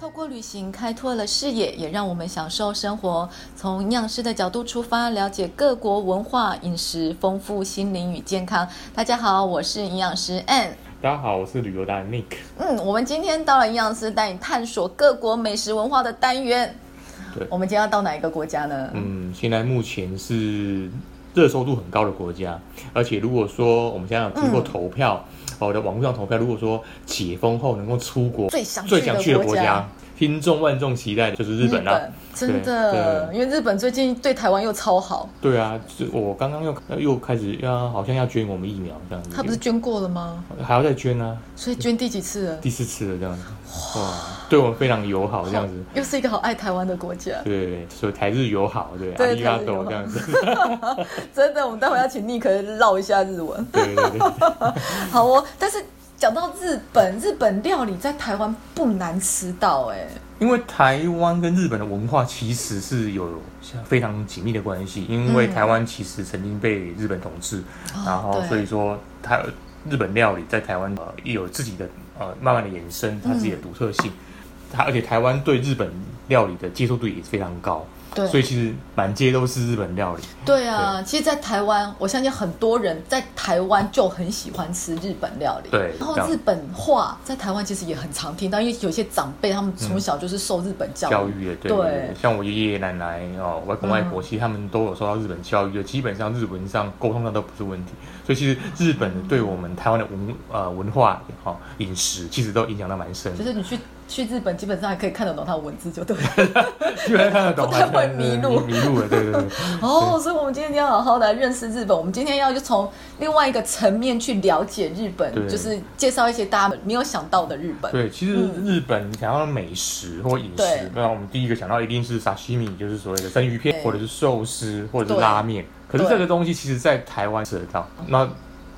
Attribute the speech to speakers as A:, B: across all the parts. A: 透过旅行开拓了视野，也让我们享受生活。从营养师的角度出发，了解各国文化、饮食，丰富心灵与健康。大家好，我是营养师 Ann。
B: 大家好，我是旅游达人 Nick。
A: 嗯，我们今天到了营养师带你探索各国美食文化的单元。
B: 对
A: 我们今天要到哪一个国家呢？
B: 嗯，现在目前是热搜度很高的国家，而且如果说我们现在有经过
A: 嗯
B: 投票，哦，在网络上投票，如果说解封后能够出国，
A: 最想
B: 最想去的
A: 国
B: 国家，听众万众期待的就是日本啦、啊
A: 真的，因为日本最近对台湾又超好，
B: 对啊，是我刚刚又又开始要好像要捐我们疫苗这样子，
A: 他不是捐过了吗？
B: 还要再捐呢、
A: 所以捐第几次了？
B: 第四次了这样子，哇，对我们非常友好这样子。
A: 又是一个好爱台湾的国家，
B: 对，所以台日友好，对，
A: 对
B: 阿里嘎
A: 台日友
B: 多
A: 好
B: 这样子，
A: 真的。我们待会要请 Nick 唠一下日文，
B: 对对对，
A: 好哦。但是讲到日本，日本料理在台湾不难吃到哎、
B: 因为台湾跟日本的文化其实是有非常紧密的关系，因为
A: 嗯
B: 台湾其实曾经被日本统治，
A: 哦
B: 然后
A: 对
B: 所以说台日本料理在台湾呃也有自己的呃慢慢的延伸它自己的独特性，它、而且台湾对日本料理的接受度也非常高，
A: 对
B: 所以其实满街都是日本料理，
A: 对啊，其实，在台湾，我相信很多人在台湾就很喜欢吃日本料理。
B: 对
A: 然后
B: 这样
A: 日本话在台湾其实也很常听到，因为有些长辈他们从小就是受日本教育。
B: 嗯教育的，对
A: 对嗯
B: 像我爷爷奶奶哦，外公外婆，其实他们都有受到日本教育的，基本上日文上沟通上都不是问题，所以其实日本对我们台湾的文呃文化哦饮食，其实都影响到蛮深的
A: 就，是你去去日本，基本上还可以看得懂他的文字，就对了。
B: 基本上看得懂，嗯
A: 不太会迷路
B: 迷路了，对对对，
A: 哦，所以我们今天一定要好好的认识日本。我们今天要就从另外一个层面去了解日本，
B: 对
A: 就是介绍一些大家没有想到的日本。
B: 对，其实日本想要美食或饮
A: 对
B: 食，那我们第一个想到一定是沙西米，就是所谓的生鱼片，
A: 对
B: 或者是寿司，或者
A: 对
B: 是拉面。可是
A: 对
B: 这个东西其实在台湾吃得到，那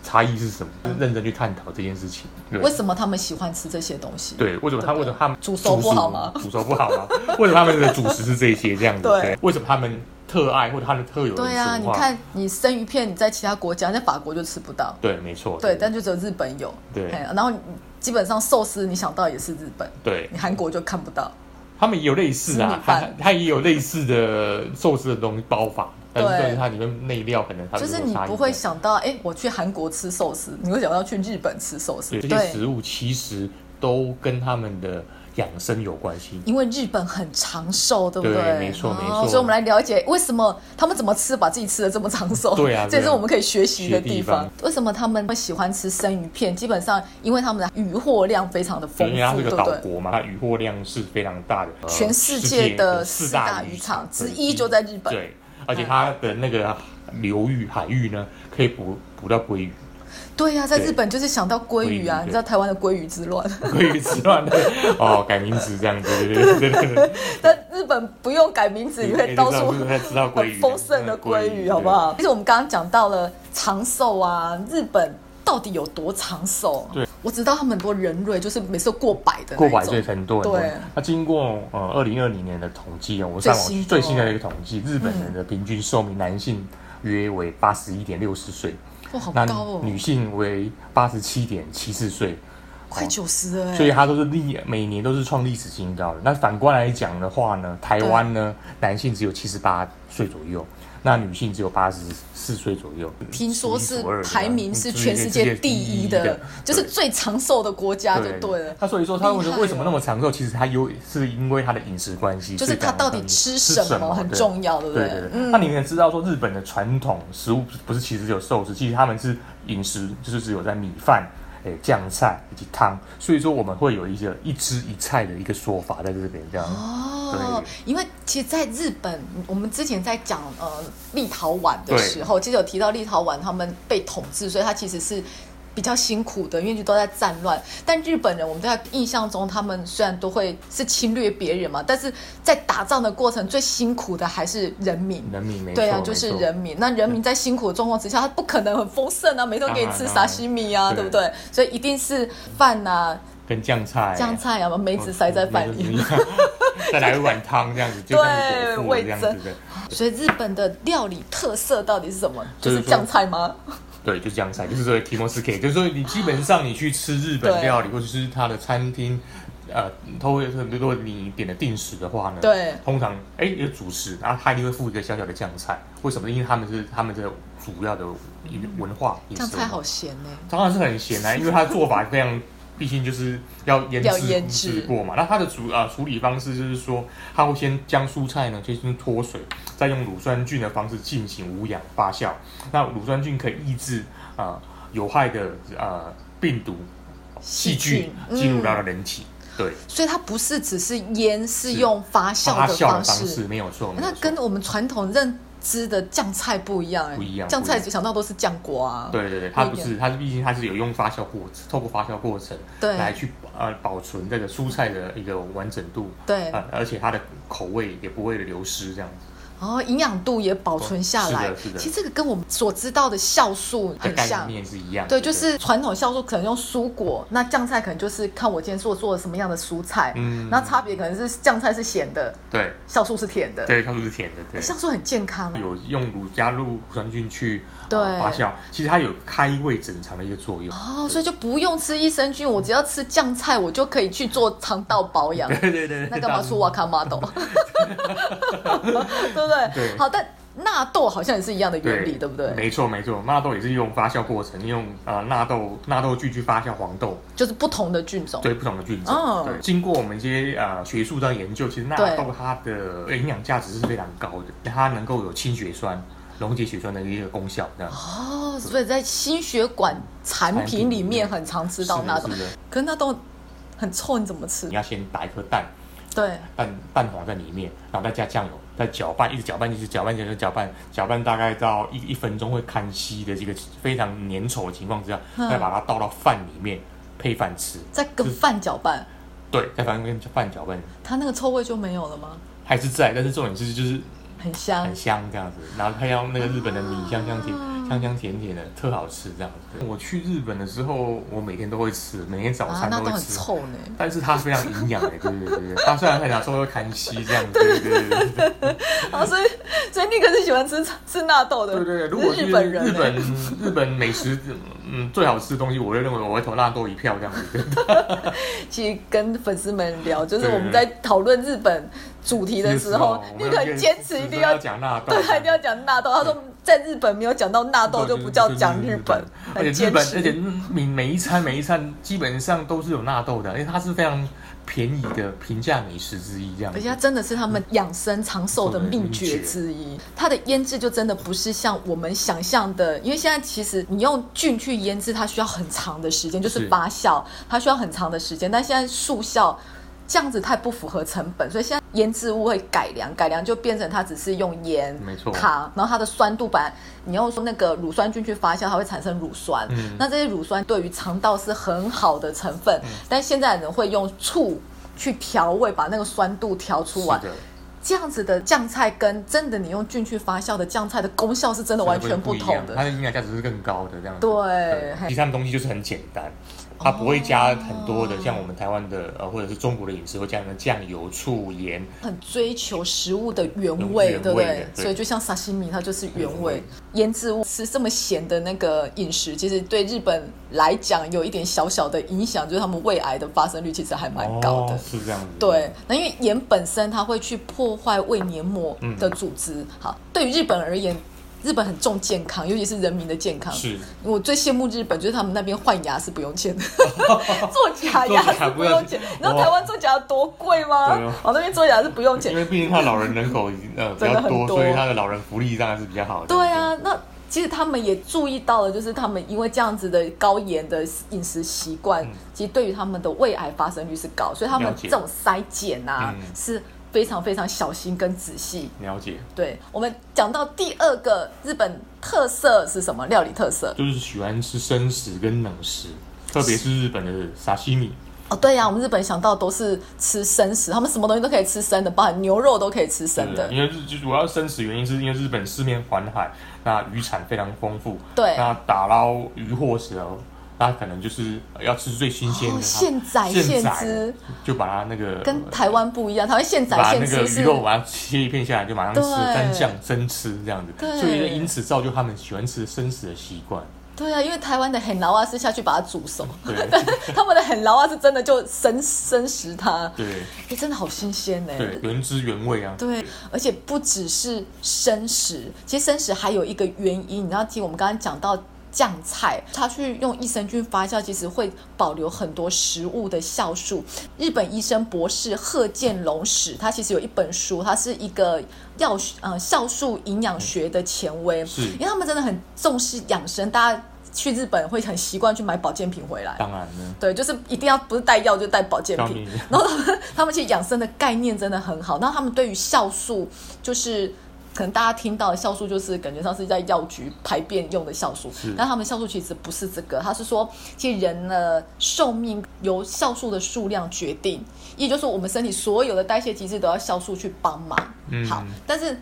B: 差异是什么？认真去探讨这件事情。对
A: 为什么他们喜欢吃这些东西？
B: 对，为什么他
A: 对
B: 为什么他们
A: 煮熟不好吗
B: 煮熟煮熟不好吗？ 为什么他们的主食是这些这样子？
A: 对，
B: 为什么他们特爱或者他们特有的
A: 对啊，
B: 文
A: 你
B: 化
A: 看你生鱼片，你在其他国家，在法国就吃不到。
B: 对，没错，
A: 对，但就只有日本有。
B: 对
A: 嘿然后你基本上寿司你想到也是日本，
B: 对
A: 你韩国就看不到。
B: 他们也有类似
A: 吃
B: 啊
A: 米，
B: 他
A: 饭
B: 他也有类似的寿司的东西包法，但
A: 对
B: 是就是它里面内料可能它
A: 就是
B: 有
A: 你
B: 差异
A: 不会
B: 在
A: 想到，哎、我去韩国吃寿司，你会想到去日本吃寿司。
B: 对这些食物其实都跟他们的养生有关系。
A: 因为日本很长寿，对不对？
B: 对没错
A: 哦
B: 没错
A: 所以我们来了解为什么他们怎么吃，把自己吃的这么长寿。
B: 对啊
A: 这也是
B: 对啊
A: 我们可以学习的地方。
B: 学地
A: 为什么他们会喜欢吃生鱼片？基本上因为他们的渔获量非常的丰
B: 因为它
A: 富，对
B: 是啊个
A: 不
B: 岛
A: 对？
B: 国嘛，它渔获量是非常大的，呃
A: 全世界的
B: 世
A: 四
B: 界四
A: 大
B: 大
A: 渔
B: 渔
A: 场
B: 场
A: 之一就在日本。嗯
B: 对，而且它的那个流域海域呢，可以捕捕到鲑鱼，
A: 对呀、啊在
B: 对
A: 日本就是想到鲑鱼啊，
B: 鲑鱼
A: 你知道台湾的鲑鱼之乱，
B: 鲑鱼之乱的哦，改名字这样子，对对对对对
A: 但日本不用改名字，
B: 对，
A: 你会到处
B: 才知道鲑
A: 很
B: 鱼嗯
A: 丰盛的鲑鱼，好不？好？其实我们刚刚讲到了长寿啊，日本到底有多长寿？
B: 对，
A: 我知道他们很多人类就是每次都过百的那
B: 过
A: 一种
B: 百岁很多很多
A: 对。
B: 那经过呃二零二零年的统计哦，我
A: 最
B: 上网
A: 新的嗯
B: 最
A: 哦
B: 新的一个统计，日本人的平均寿命男性约为八十一点六十岁，
A: 哇，好
B: 那
A: 高哦，
B: 女性为八十七点七四岁。
A: 快九十了哎、
B: 哦所以它都是历每年都是创历史新高的。那反观来讲的话呢，台湾呢，男性只有七十八岁左右，那女性只有八十四岁左右。
A: 听说是
B: 数一数二的嗯
A: 排名是全世界第一的，就是最长寿的国家就对了。
B: 他所以说他为
A: 厉
B: 什么
A: 害哦
B: 为什么那么长寿？其实他有是因为他的饮食关系，
A: 就是他到底吃什么很重
B: 要。
A: 要，对不嗯
B: 对
A: 对？
B: 对对，那你们也知道说日本的传统食物不是其实只有寿司，其实他们是饮食就是只有在米饭、诶、酱菜以及汤，所以说我们会有一些一汁一菜的一个说法在这边这样。
A: 哦
B: 对，
A: 因为其实，在日本，我们之前在讲呃立陶宛的时候，其实有提到立陶宛他们被统治，所以它其实是比较辛苦的，因为就都在战乱。但日本人，我们在印象中，他们虽然都会是侵略别人嘛，但是在打仗的过程最辛苦的还是人民。
B: 人民没错，
A: 对啊，就是
B: 没错
A: 人民。那人民在辛苦的状况之下，他不可能很丰盛啊，每天都给你吃
B: 当然
A: 沙西米啊，
B: 当然
A: 对不对？所以一定是饭啊、
B: 跟酱菜、
A: 酱菜啊，梅子塞在饭里。，
B: 再来一碗汤这样子，就像是果腹这样子的。
A: 所以日本的料理特色到底是什么？就
B: 就是是
A: 酱菜吗？
B: 对，就是酱菜，就是这个提莫斯 K，就是说你基本上你去吃日本料理或者是它的餐厅，呃，它会如果你点了定时的话呢，
A: 对
B: 通常哎有主食，然后它一定会附一个小小的酱菜，为什么？因为他们是他们的主要的文化饮食
A: 酱
B: 文化。
A: 菜好咸欸呢、
B: 当然是很咸 啊，因为它的做法非常，毕竟就是要腌制
A: 要腌
B: 腌
A: 制
B: 制过嘛。那它的处啊、处理方式就是说，它会先将蔬菜呢就是脱水，再用乳酸菌的方式进行无氧发酵。那乳酸菌可以抑制啊、呃有害的呃病毒细菌
A: 嗯
B: 嗯进入到了人体。对，
A: 所以它不是只是腌，是
B: 是
A: 用发酵
B: 发
A: 的
B: 酵的
A: 方
B: 方
A: 式。哎
B: 式没有错，没有
A: 那
B: 错
A: 跟我们传统认知的酱菜不一样、欸，
B: 不一样
A: 酱菜
B: 不一样
A: 只想到都是酱瓜、啊。
B: 对对对，它
A: 有
B: 不
A: 点
B: 是，它是毕竟它是有用发酵过程，透过发酵过程
A: 对
B: 来去呃保存这个蔬菜的一个完整度，
A: 对
B: 呃，而且它的口味也不会流失这样子。
A: 然后营养度也保存下来。
B: 是哦的是的
A: 其实这个跟我们所知道的酵素
B: 的
A: 很
B: 概
A: 像。
B: 念是一样的，
A: 对，就是传统酵素可能用蔬果，那酱菜可能就是看我今天做做了什么样的蔬菜，
B: 嗯
A: 那差别可能是酱菜是咸的，
B: 对
A: 酵素是甜的。哎
B: 对，它就是甜的，对。
A: 酵素很健康欸、
B: 有用乳加入乳酸菌去
A: 对
B: 呃发酵，其实它有开胃整肠的一个作用。
A: 哦，所以就不用吃益生菌，我只要吃酱菜，我就可以去做肠道保养。
B: 对 对对，
A: 那干嘛出
B: 啊？
A: 瓦卡 马豆？ 对不对？
B: 对
A: 好，但纳豆好像也是一样的原理，对不对？
B: 没错没错，纳豆也是用发酵过程，用呃纳豆纳豆菌去发酵黄豆，
A: 就是不同的菌种。
B: 对不同的菌种。
A: 哦
B: 对，经过我们一些呃学术上研究，其实纳
A: 对
B: 豆它的营养价值是非常高的，它能够有清血栓、溶解血栓的一个功效。这样
A: 哦，所以在心血管产品里面很常吃到纳豆
B: 是的，是的
A: 可是纳豆很臭，你怎么吃
B: 你？要先打一颗蛋，
A: 对，
B: 蛋蛋黄在里面，然后再加酱油，再搅拌，一直搅拌，一直搅拌，一直搅拌，搅拌大概到一一分钟会看稀的这个非常粘稠的情况之下，
A: 嗯
B: 再把它倒到饭里面配饭吃。
A: 再跟饭搅拌，
B: 对，再反正跟饭搅拌，
A: 它那个臭味就没有了吗？
B: 还是在，但是重点是就是
A: 很香
B: 很。香这样子，然后配上那个日本的米，香香甜
A: 啊
B: 香香甜甜的，特好吃这样子。我去日本的时候，我每天都会吃，每天早
A: 啊，
B: 餐
A: 纳豆
B: 都会
A: 很
B: 吃。
A: 臭呢。
B: 但是它非常营养的，对对对对，它虽然很难说看稀这样子，对对对对对
A: 啊，所以 所以你可是喜欢吃吃纳豆的，
B: 对对。如果
A: 你
B: 是
A: 呃是日本人呢，欸
B: 日本日本美食，嗯，最好吃的东西，我会认为我会投纳豆一票这样子，对
A: 其实跟粉丝们聊，就是
B: 对
A: 我们在讨论日本主题的时 候，
B: 我
A: 你
B: 们
A: 可能坚持一定要，
B: 讲纳豆，
A: 对他一定要讲纳豆。他说在日本没有讲到纳豆就不叫讲日本，很
B: 而且日
A: 坚
B: 本，而且嗯
A: 持。
B: 每每一餐每一餐基本上都是有纳豆的，因为它是非常便宜的平价美食之一，这样
A: 而
B: 子
A: 且它真的是他们养生长寿的秘诀之
B: 嗯
A: 一。它的腌制就真的不是像我们想象的，因为现在其实你用菌去腌制，它需要很长的时间，就是
B: 是
A: 发酵，它需要很长的时间。但现在速效这样子太不符合成本，所以现在腌制物会改良，改良就变成它只是用盐、
B: 没错
A: 糖，然后它的酸度本来你用那个乳酸菌去发酵，它会产生乳酸，
B: 嗯
A: 那这些乳酸对于肠道是很好的成分，但现在人会用醋。去调味，把那个酸度调出来
B: 是，的
A: 这样子的酱菜跟真的你用菌去发酵的酱菜的功效是真的完全不
B: 不一样
A: 同的
B: 它。的营养价值是更高的这样子。
A: 对
B: 其实他们东西就是很简单，它不会加很多
A: 哦
B: 的，像我们台湾的呃或者是中国的饮食会加什么酱油、醋、盐，
A: 很追求食物的原味，
B: 嗯原味
A: 对不对
B: 的？对
A: 所以就像沙西米，它就是原
B: 原
A: 味
B: 味。
A: 腌制物吃这么咸的那个饮食，其实对日本来讲有一点小小的影响，就是他们胃癌的发生率其实还蛮高的。
B: 哦是这样子。
A: 对，那因为盐本身它会去破坏胃黏膜的组织。好，对于日本而言，日本很重健康，尤其是人民的健康。
B: 是。
A: 我最羡慕日本，就是他们那边换牙是不用 钱的，做假牙是不用钱。你知道台湾做假牙多贵吗
B: 对哦？
A: 我那边做假牙是不用
B: 因
A: 钱。
B: 为毕竟它老人人口 呃比
A: 真的
B: 较
A: 很
B: 多，
A: 多
B: 所以它的老人福利当然是比较好的。
A: 对啊，那其实他们也注意到了，就是他们因为这样子的高盐的饮食习惯，其实对于他们的胃癌发生率是高，所以他们
B: 了解
A: 这种筛检啊
B: 嗯
A: 是非常非常小心跟仔细。
B: 对，了解，
A: 对我们讲到第二个日本特色是什么？料理特色
B: 就是喜欢吃生食跟冷食，特别是日本的沙西米。
A: 哦，对呀、我们日本想到都是吃生食，他们什么东西都可以吃生的，包含牛肉都可以吃生的
B: 对。因为日就主要生死原因是因为日本四面环海，那渔产非常丰富。
A: 对
B: 那打捞渔获时候，那可能就是要吃最新鲜的，
A: 哦现宰
B: 现
A: 现吃，
B: 就把它那个
A: 跟台湾不一样，台湾现宰
B: 把那
A: 现
B: 个
A: 吃
B: 鱼
A: 是
B: 肉把它切一片下来，就马上吃
A: 对
B: 蘸酱生吃这样子
A: 对，
B: 所以因此造就他们喜欢吃生食的习惯。
A: 对啊，因为台湾的很劳啊是下去把它煮熟，
B: 对
A: 他们的很劳啊是真的就生生食它，
B: 对
A: 哎，真的好新鲜呢、
B: 对，原汁原味啊，
A: 对，而且不只是生食，其实生食还有一个原因，你知道，其实我们刚刚讲到酱菜，它去用益生菌发酵，其实会保留很多食物的酵素。日本医生博士贺建龙史，他其实有一本书，他是一个药学呃酵素营养学的权威，
B: 嗯是
A: 因为他们真的很重视养生，大家去日本会很习惯去买保健品回来。
B: 当然呢，
A: 对，就是一定要不是带药就带保健
B: 要
A: 品
B: 命，
A: 然后他们他们其实养生的概念真的很好，然后他们对于酵素就是。可能大家听到的酵素就是感觉上是在药局排便用的酵素
B: 是，
A: 但他们酵素其实不是这个，他是说其实人的寿命由酵素的数量决定，也就是说我们身体所有的代谢机制都要酵素去帮忙。
B: 嗯
A: 好，但是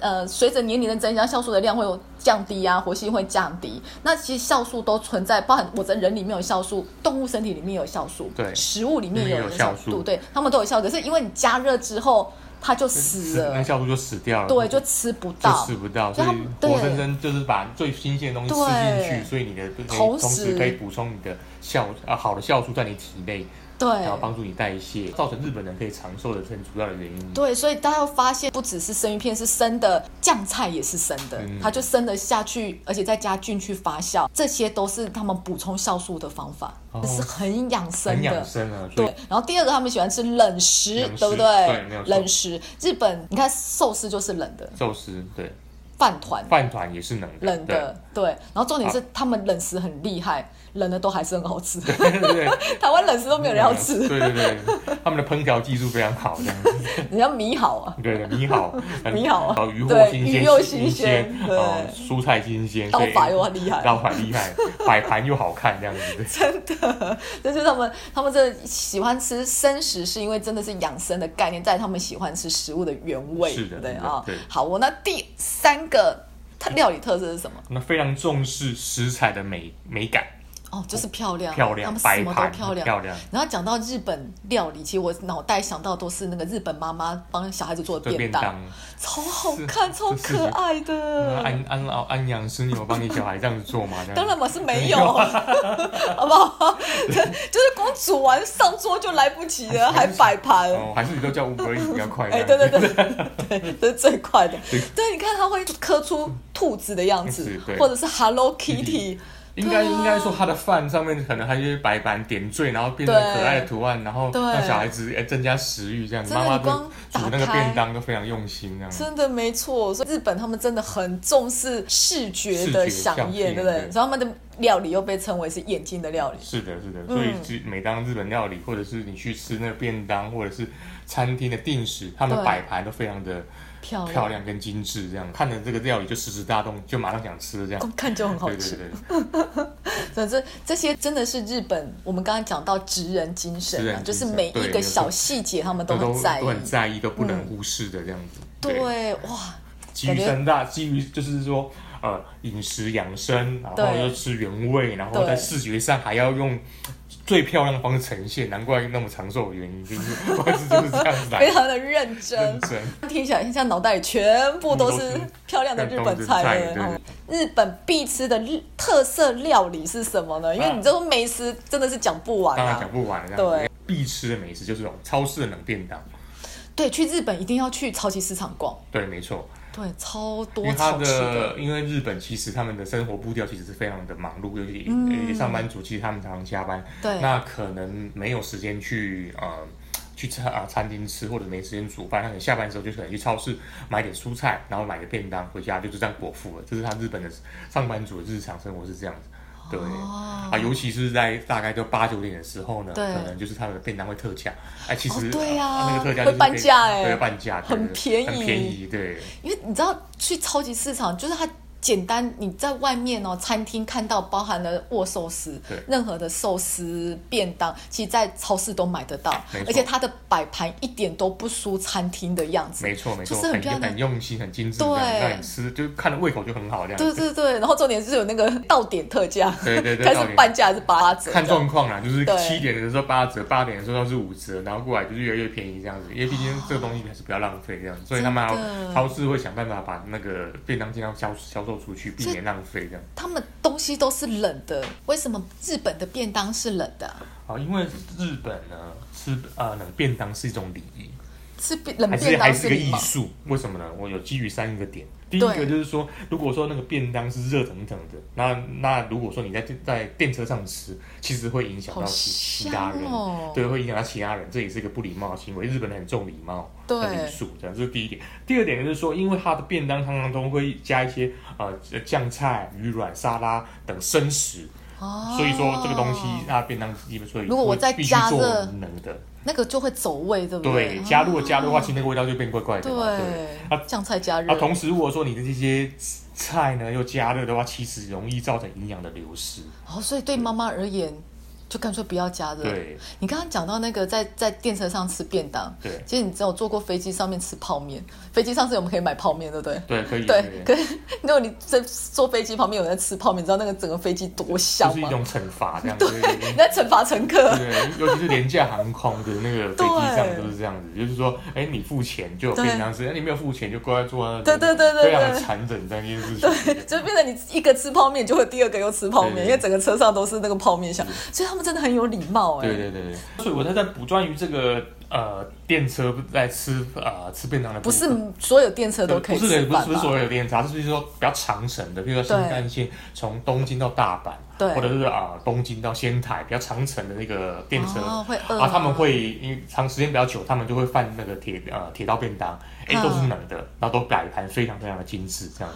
A: 呃，随着年龄的增加，酵素的量会有降低啊，活性会降低。那其实酵素都存在，包含我的人里面有酵素，动物身体里面有酵素，
B: 对
A: 食物里面也
B: 里面有
A: 酵
B: 酵素
A: 对，它们都有酵素。可是因为你加热之后，它就死
B: 那
A: 了，
B: 酵素就死掉了，
A: 对，就吃不
B: 就
A: 到
B: 吃。不到，
A: 所
B: 所
A: 以
B: 以
A: 他们
B: 活
A: 对
B: 生生就是把最新鲜的东西
A: 对
B: 吃进去，所以你的
A: 同
B: 同时
A: 时
B: 可以补充你的酵啊好的酵素在你体内，
A: 对，
B: 然后帮助你代谢，造成日本人可以长寿的很主要的原因。
A: 对，所以大家会发现，不只是生鱼片是生的，酱菜也是生的，
B: 嗯
A: 它就生的下去，而且再加菌去发酵，这些都是他们补充酵素的方法，
B: 哦
A: 这是很养生
B: 很
A: 的
B: 养。生啊，所以
A: 对，然后第二个他们喜欢吃冷食，
B: 冷食
A: 对不
B: 对没有错
A: 冷食，日本你看寿司就是冷的，
B: 寿司对
A: 饭团
B: 饭团也是冷的
A: 冷的，对。然后重点是他们冷食很厉害，冷的都还是很好吃，
B: 对 对嗯对，
A: 台湾冷食都没有人要吃，
B: 对对对，他们的烹调技术非常好，这样子。
A: 人家米好啊，
B: 对，你好，
A: 你好
B: 呃鱼货
A: 对
B: 新
A: 鱼
B: 鲜，
A: 又新鲜对
B: 哦，蔬菜新鲜，
A: 刀
B: 所以
A: 法又厉害
B: 刀法厉害，摆盘又好看，这样子。
A: 这就是他们，他们真的喜欢吃生食，是因为真的是养生的概念，在于他们喜欢吃食物的原味，
B: 是的
A: 对不对
B: 是的
A: 啊
B: 对。
A: 好，我那第三个它料理特色是什么？
B: 那非常重视食材的美美感，
A: 哦，就是漂亮，
B: 漂
A: 他
B: 亮，
A: 们
B: 摆
A: 什么都
B: 盘
A: 漂亮。
B: 漂亮，
A: 然后讲到日本料理，其实我脑袋想到都是那个日本妈妈帮小孩子做的
B: 这
A: 便
B: 便
A: 当，
B: 当。
A: 超好看、
B: 是
A: 超
B: 嗯
A: 可爱
B: 那
A: 的。
B: 安安老安阳师，你有帮你小孩这样子做吗？这样
A: 当然嘛是嗯没有，好不 好？ 就是光煮完上桌就来不及了，还摆盘。
B: 哦，还是你都叫 Uber Eats 比较快。
A: 哎、
B: 这
A: 对对
B: 样子
A: 对 对，这是最快的
B: 对。
A: 对，你看它会刻出兔子的样子
B: 是，对
A: 或者是 Hello Kitty，
B: 应
A: 对
B: 该
A: 啊
B: 应该说，它的饭上面可能还有一些白板点缀，然后变成
A: 对
B: 可爱的图案，然后
A: 对
B: 让小孩子哎增加食欲，这样子。
A: 真的
B: 妈妈
A: 你光
B: 都煮那
A: 打
B: 个
A: 开
B: 便当都非常用心，这样子。
A: 真的没错。所以日本他们真的很重视视觉
B: 视
A: 的
B: 觉
A: 飨
B: 享
A: 宴，
B: 宴
A: 对不对？
B: 对
A: 所以他们的料理又被称为是眼睛的料理。
B: 是的，是的，
A: 嗯
B: 所以其实每当日本料理，或者是你去吃那个便当，或者是餐厅的定时，他们
A: 对
B: 摆盘都非常的
A: 漂亮
B: 漂亮跟精致，
A: 哦
B: 这样看着这个料理就食指大动，就马上想吃，这样
A: 光。看就很好
B: 对对
A: 吃，
B: 对，
A: 反正这些真的是日本，我们刚刚讲到职人精神
B: 职
A: 啊
B: 人，
A: 就是
B: 精神
A: 每一
B: 对
A: 个
B: 没错
A: 小细节他们都
B: 都
A: 很在意
B: 都。很在意，都不能忽视的这样子。
A: 嗯对，哇，
B: 基于
A: 感觉
B: 三大，基于就是说，呃，饮食养生，然后
A: 对
B: 又吃原味，然后
A: 对
B: 在视觉上还要用最漂亮的方式呈现，难怪那么长寿的原因，就是 方式就是这样子来
A: 非
B: 的。
A: 常的认真
B: 哎认。真，
A: 听起来像脑袋里全部都是漂亮的日本菜
B: 全部都是菜对
A: 哦日本必吃的日特色料理是什么呢？因为你这种美食真的是讲不完
B: 啊当然
A: 啊
B: 讲。不完了。这样子
A: 对，
B: 必吃的美食就是这种超市的冷便当。
A: 对，去日本一定要去超级市场逛，
B: 对，没错，
A: 对，超
B: 因
A: 多
B: 为它
A: 超吃的。
B: 的，因为日本其实他们的生活步调其实是非常的忙碌，尤其、
A: 嗯
B: 呃上班族，其实他们常常加班，
A: 对
B: 那可能没有时间去呃去餐啊、餐厅吃，或者没时间煮饭，他可能下班的时候就可能去超市买点蔬菜，然后买个便当回家，就是这样果腹了。这是他日本的上班族的日常生活是这样子。对、
A: 哦
B: 啊，尤其是在大概就八九点的时候呢，可
A: 对
B: 能就是他们的便当会特价。哎，其实、
A: 哦对啊
B: 那个特价
A: 会
B: 就是
A: 半
B: 可以
A: 价哎
B: 对，半价，对
A: 很
B: 对
A: 便
B: 很
A: 宜
B: 便宜，对。
A: 因为你知道去超级市场，就是它简单，你在外面哦餐厅看到包含了握寿司
B: 对，
A: 任何的寿司便当，其实在超市都买得到
B: 没，错
A: 而且它的摆盘一点都不输餐厅的样子，
B: 没错没错，
A: 就是很
B: 很
A: 漂亮
B: 很用心，很精致，这样
A: 对
B: 让你吃就看着胃口就很好这样
A: 对对
B: 子。
A: 对，然后重点是有那个到点特价，
B: 对 对对
A: 它
B: 到
A: 是
B: 点
A: 半价还是八折？
B: 看状况啦，就是
A: 对
B: 七点的时候八折，八点的时候是五折，然后过来就是越来越便宜这样子，因为毕竟这个东西还是不要浪费这样子，所以他们
A: 真
B: 还
A: 的
B: 要超市会想办法把那个便当尽量销销售售出去，避免浪费这样。
A: 他们东西都是冷的，为什么日本的便当是冷的啊、
B: 啊，因为日本呢吃啊冷便当是一种礼仪，
A: 吃便冷
B: 还
A: 便
B: 是还
A: 当
B: 是个
A: 礼
B: 艺
A: 貌。
B: 术。为什么呢？我有基于三个点。第一个
A: 对
B: 就是说，如果说那个便当是热腾腾的，那那如果说你在在电车上吃，其实会影响到
A: 好
B: 其其他人，
A: 香哦
B: 对，会影响到其他人，这也是一个不礼貌的行为。日本人很重礼貌，
A: 对
B: 很礼数，这样这是第一点。第二点就是说，因为它的便当常常都会加一些呃酱菜、鱼卵、沙拉等生食，
A: 哦，
B: 所以说这个东西，那便当基本所以
A: 如果我
B: 会
A: 再
B: 必须
A: 加
B: 做
A: 热
B: 冷的，
A: 那个就会走味，对不嗯
B: 对，加如果加热的话，其实那个味道就变怪怪的嘛，对。啊
A: 对，酱菜加热
B: 啊，，同时如果说你的这些菜呢又加热的话，其实容易造成营养的流失。
A: 哦，所以对妈妈而言，就干脆不要加热。
B: 对
A: 你刚刚讲到那个在在电车上吃便当，
B: 对
A: 其实你只有坐过飞机上面吃泡面，飞机上是我们可以买泡面，对不对？
B: 对，可以。
A: 对，可是如果你在坐飞机旁边有人在吃泡面，你知道那个整个飞机多
B: 就
A: 香
B: 是一
A: 吗？
B: 种惩罚这样子。
A: 你在惩罚乘客。
B: 对，尤其是廉价航空的那个飞机上都是这样子，就是说，哎，你付钱就有
A: 对
B: 便当吃，哎，你没有付钱就乖乖坐在那里，
A: 对对对对
B: 非常的
A: 对
B: 残忍这件事情。
A: 就变成你一个吃泡面，就会第二个又吃泡面，
B: 对
A: 因为整个车上都是那个泡面香，所以他们真的很有礼貌哎、
B: 对对对对，所以我在在补专于这个呃电车在吃呃吃便当的部
A: 不是
B: 分，
A: 所有电车都可以
B: 不是
A: 吃
B: 不是
A: 饭
B: 不是
A: 吧？
B: 所有的电车，就是说比较长程的，比如说
A: 对
B: 新干线从东京到大阪，
A: 对
B: 或者是啊、呃东京到仙台比较长程的那个电车，
A: 哦会饿
B: 啊他们
A: 吗
B: 会因为长时间比较久，他们就会放那个铁呃铁道便当，哎、都是
A: 嗯
B: 冷的，然后都摆盘非常非常的精致这样。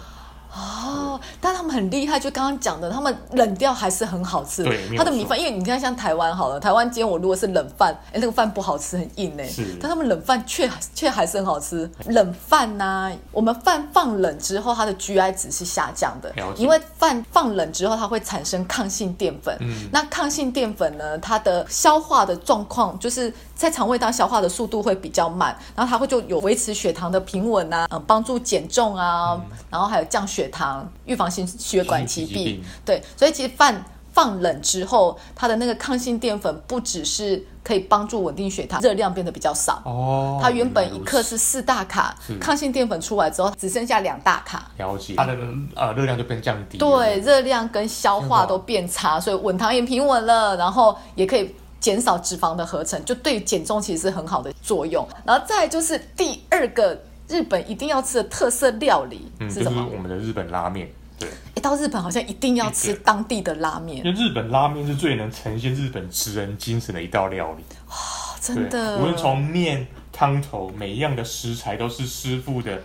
A: 哦，但他们很厉害，就刚刚讲的，他们冷掉还是很好吃。
B: 对没有
A: 它的米饭，因为你看像台湾好了，台湾今天我如果是冷饭，哎，那个饭不好吃，很硬哎。
B: 是
A: 但他们冷饭却却还是很好吃。冷饭呐、我们饭放冷之后，它的 GI 值是下降的
B: 了，解
A: 因为饭放冷之后，它会产生抗性淀粉。
B: 嗯
A: 那抗性淀粉呢，它的消化的状况就是在肠胃道消化的速度会比较慢，然后它会就有维持血糖的平稳啊，嗯，帮助减重啊，然后还有降血糖，预防心血管疾
B: 心嗯肌疾
A: 病
B: 病。
A: 对，所以其实饭放冷之后，它的那个抗性淀粉不只是可以帮助稳定血糖，热量变得比较少。
B: 哦，
A: 它原
B: 原
A: 本
B: 来
A: 一
B: 如
A: 克
B: 此
A: 是四大卡
B: 是，
A: 抗性淀粉出来之后只剩下两大卡，
B: 了解，它的呃热量就变降低了。
A: 对，热量跟消化都变差，所以稳糖也平稳了，然后也可以减少脂肪的合成，就对减重其实是很好的作用。然后再来就是第二个日本一定要吃的特色料理、
B: 嗯，
A: 是
B: 就是
A: 什么？
B: 我们的日本拉面。对，
A: 诶到日本好像一定要吃当地的拉面
B: 因，为日本拉面是最能呈现日本职人精神的一道料理。
A: 哦
B: 对，
A: 真的。
B: 无论从面、汤头，每一样的食材都是师傅的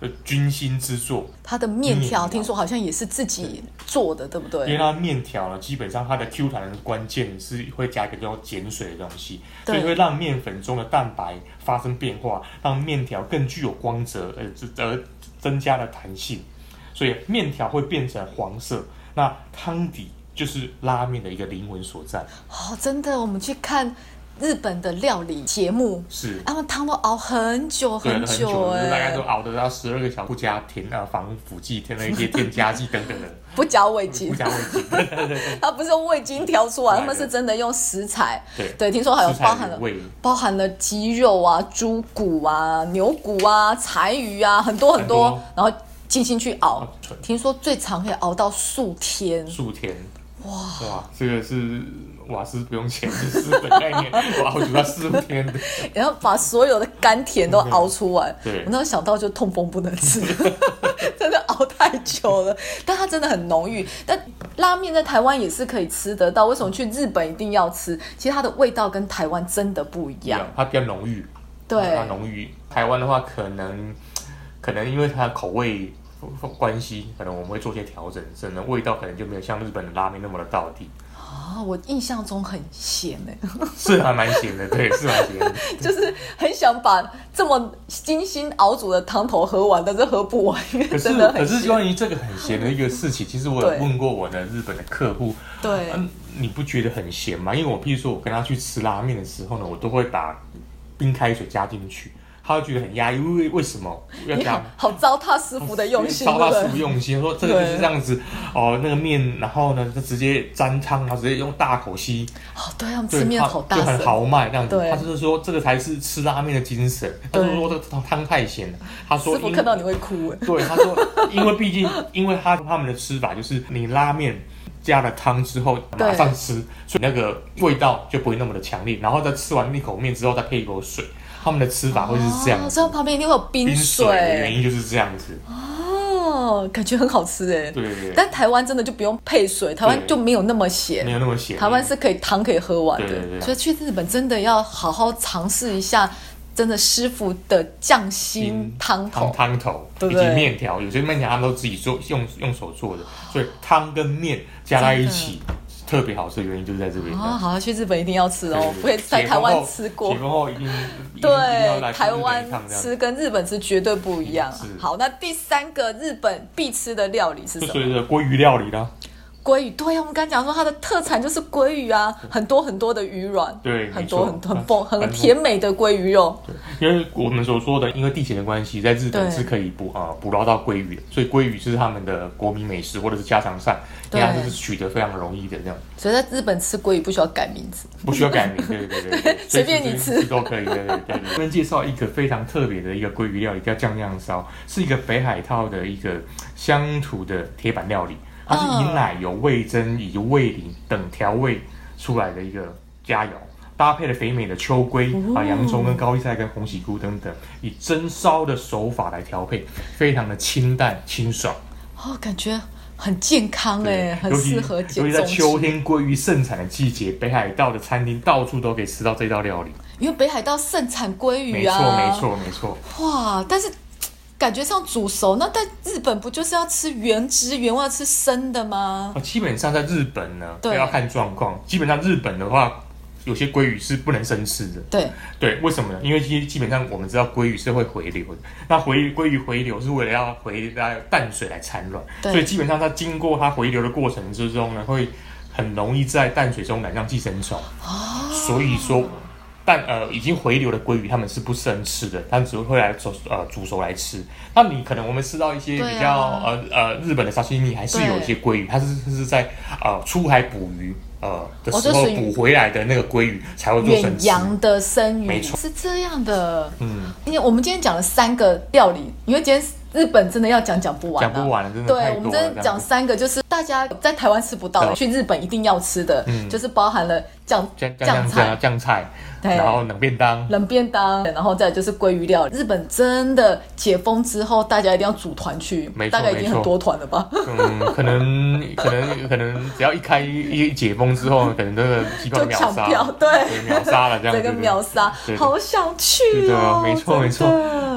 B: 呃精心之作。
A: 它的面条
B: 面
A: 听说好像也是自己做的，对不
B: 因为
A: 对？
B: 它面条呢，基本上它的 Q 弹的关键是会加一个叫碱水的东西，所
A: 对
B: 以会让面粉中的蛋白发生变化，让面条更具有光泽，呃，这呃增加了弹性，所以面条会变成黄色。那汤底就是拉面的一个灵魂所在，
A: 哦，真的，我们去看日本的料理节目，
B: 是。
A: 他们汤都熬很久
B: 对，很
A: 久
B: 久，就
A: 哎、
B: 是大概都熬得到十二个小时，不加添啊防腐剂、添了一些添加剂等 等的，
A: 不加味精
B: 嗯不，加味 精。对对对
A: 它不是用味精调出
B: 来
A: 来，
B: 的
A: 他们是真的用食材。
B: 啊对
A: 听说还有
B: 食材
A: 包含了
B: 原味
A: 包含了鸡肉啊、猪骨啊、牛骨啊、柴鱼啊，很多很多，
B: 很多
A: 然后进行去熬
B: 哦。纯
A: 听说最长可以熬到数天，
B: 数天。哇哇，这个是瓦斯不用钱，是日本概念， 哇，我煮到四五天的，
A: 然后把所有的甘 甜都熬出来。我
B: 对
A: 那时候想到就痛风不能 吃，真的熬太久了。但它真的很浓郁，但拉面在台湾也是可以吃得到，为什么去日本一定要吃？其实它的味道跟台湾真的不一样。
B: 它比较浓郁，啊
A: 对
B: 它浓郁。台湾的话，可能可能因为它的口味关系，可能我们会做些调整，可能味道可能就没有像日本的拉面那么的到底，
A: 啊，我印象中很咸哎、
B: 是还蛮咸的，对，是蛮咸的。
A: 就是很想把这么精心熬煮的汤头喝完，但是喝不完，因
B: 可
A: 为
B: 是
A: 真的
B: 可
A: 很
B: 是
A: 咸。
B: 关于这个很咸的一个事情，其实我有
A: 对
B: 问过我的日本的客户，
A: 对，
B: 嗯，你不觉得很咸吗？因为我譬如说我跟他去吃拉面的时候呢，我都会把冰开水加进去，他会觉得很压抑，为为什么要
A: 你
B: 这样
A: 好？好糟蹋师傅的用心，
B: 糟
A: 对
B: 蹋
A: 不
B: 师傅
A: 对？
B: 用心，说这个就是这样子哦，那个面，然后呢，就直接沾汤，然后直接用大口吸，
A: 哦，对他们
B: 对，
A: 吃面
B: 他
A: 好大
B: 就
A: 声
B: 很，豪迈这样子。
A: 对
B: 他就是说这个才是吃拉面的精神。他
A: 对
B: 说这个汤汤太咸了，他说
A: 师傅
B: 因
A: 看到你会哭哎。
B: 对，他说，因为毕竟，因为他他们的吃法就是你拉面加了汤之后
A: 对
B: 马上吃，所以那个味道就不会那么的强烈。然后在吃完那口面之后再配一口水，他们的吃法会是这样
A: 哦，
B: 子。
A: 所以它旁边一定会有冰
B: 冰水的原
A: 水
B: 因就是这样子，
A: 哦，感觉很好吃哎。
B: 对对对，
A: 但台湾真的就不用配水，台湾
B: 对
A: 就没有那么
B: 没
A: 咸。
B: 有那么咸。
A: 台湾是可以汤可以喝完的，
B: 对对对
A: 所以去日本真的要好好尝试一下，真的师傅的匠心
B: 嗯
A: 汤头
B: 汤。汤头
A: 对
B: 以
A: 不对
B: 及面条，有些面条他们都自己做用用手做的，所以汤跟面加在一起特别好吃的原因就是在这边。
A: 啊，好，去日本一定要吃
B: 对
A: 哦
B: 对，对
A: 我也在
B: 解
A: 台
B: 封
A: 湾
B: 后
A: 吃过
B: 解。封后 一定一定要
A: 对，
B: 来去
A: 台
B: 日本
A: 湾
B: 一趟这样子
A: 吃跟日本吃绝对不一样啊
B: 是。
A: 好，那第三个日本必吃的料理是
B: 就
A: 什
B: 所
A: 么？
B: 以的鲑鱼料理啦，
A: 鲑鱼。对啊呀，我们刚讲说它的特产就是鲑鱼啊，很多很多的鱼卵，
B: 对
A: 很
B: 没
A: 多
B: 错
A: 很多很
B: 啊
A: 丰很
B: 很多
A: 甜美的鲑鱼肉。
B: 对，因为我们所说的，因为地形的关系，在日
A: 对
B: 本是可以捕呃捕捞到鲑鱼的，所以鲑鱼是他们的国民美食或者是家常菜，
A: 对
B: 人家就是取得非常容易的这样，
A: 所以在日本吃鲑鱼不需要改名字。
B: 不需要改名，对对对对对，
A: 随便你
B: 所以其实都可以，对对对对。这边介绍一个非常特别的一个鲑鱼料理，叫酱酱烧，是一个北海道的一个乡土的铁板料理，它是以
A: 嗯
B: 奶油、味增以及味淋等调味出来的一个佳肴。搭配了肥美的秋龟
A: 哦
B: 啊、洋葱跟高丽菜跟红喜菇等等，以蒸烧的手法来调配，非常的清淡清爽。
A: 哦，感觉很健康哎，很
B: 尤其
A: 适合减
B: 尤其在
A: 重
B: 秋
A: 期。
B: 天鲑鱼盛产的季节，北海道的餐厅到处都可以吃到这道料理。
A: 因为北海道盛产鲑
B: 没
A: 鱼
B: 错，
A: 啊，
B: 没错，没错。
A: 哇，但是感觉上煮熟，那在日本不就是要吃原汁原味吃生的吗？
B: 啊，基本上在日本呢，
A: 对
B: 要看状况。基本上日本的话，有些鲑鱼是不能生吃的。
A: 对，
B: 对，为什么呢？因为基基本上我们知道鲑鱼是会回流的，那回鲑鱼回流是为了要回到淡水来产卵，
A: 对
B: 所以基本上它经过它回流的过程之中呢，会很容易在淡水中染上寄生虫。
A: 哦
B: 所以说。但呃，已经回流的鲑鱼，它们是不生吃的，它们只会来煮呃煮熟来吃。那你可能我们吃到一些
A: 对啊
B: 比较、呃呃日本的沙西米，还是有一些鲑鱼，它是是在呃出海捕鱼呃的
A: 哦
B: 时
A: 就
B: 候
A: 属于
B: 捕回来的那个鲑鱼才会做生
A: 远
B: 吃。
A: 洋的生
B: 没
A: 鱼
B: 错
A: 是这样的。
B: 嗯，
A: 今天我们今天讲了三个料理，因为今天日本真的要讲讲不完、啊，
B: 讲不完了真的太
A: 对，
B: 多了
A: 我们真的讲三个，就是大家在台湾吃不到的，
B: 对
A: 去日本一定要吃的，
B: 嗯
A: 就是包含了酱
B: 酱
A: 酱
B: 酱
A: 菜
B: 菜、、酱菜，
A: 对
B: 然后冷便当，
A: 冷便当，然后再来就是鲑鱼料理。日本真的解封之后，大家一定要组团去
B: 没，错
A: 大概已经
B: 没错
A: 很多团了吧？
B: 嗯，可能可能可能只要一开一一解封之后，可能这个机票
A: 就
B: 秒
A: 抢
B: 杀，
A: 票对
B: 秒杀了这样，
A: 整个
B: 对对
A: 秒杀
B: 对，对
A: 好想
B: 对
A: 去
B: 对
A: 哦
B: 啊，！没错
A: 真的
B: 没错，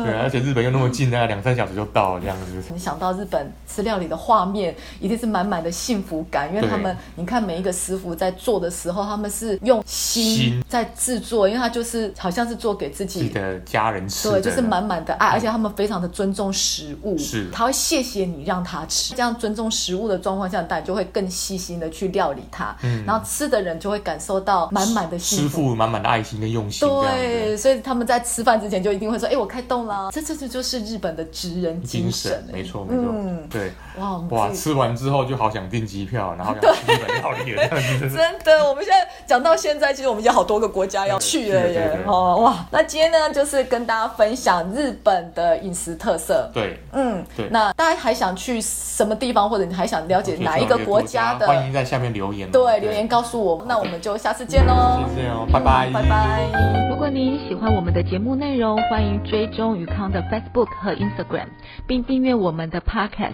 B: 对啊，而且日本又那么近，大概两三小时就到了这样子，
A: 你想到日本吃料理的画面，一定是满满的幸福感，因为
B: 对
A: 他们，你看每一个师傅在做的时候，他们是用心
B: 心
A: 在制作，因为他就是好像是做给自
B: 自己
A: 己
B: 的家人吃的，嗯
A: 对，就是满满的爱，而且他们非常的尊重食物，
B: 是
A: 他会谢谢你让他吃，这样尊重食物的状况下，大家就会更细心的去料理它，
B: 嗯
A: 然后吃的人就会感受到满满的幸
B: 师
A: 福。
B: 傅满满的爱心跟用心，这样子。
A: 对，所以他们在吃饭之前就一定会说：“哎、我开动啦！”这这这就是日本的职人精
B: 精
A: 神
B: 神，，
A: 哎
B: 没错没错
A: 嗯，
B: 对，
A: 哇，我们
B: 哇，
A: 自己
B: 吃完之后就好想订机票，然后想吃日本料理了，这 样子，
A: 真的，我们现在讲到现在，其实我们有好多个国家要去了
B: 对对
A: 耶
B: 对！对
A: 哦，哇，那今天呢，就是跟大家分享日本的饮食特色。
B: 对，
A: 嗯，
B: 对
A: 那大家还想去什么地方，或者你还想了解哪一个国家的？
B: 欢迎在下面留言哦，
A: 对，留言告诉我们。那我们就下次见喽，
B: 谢谢哦，拜拜，
A: 拜拜。
C: 如果您喜欢我们的节目内容，欢迎追踪宇康的 Facebook 和 Instagram，并订阅我们的 Podcast。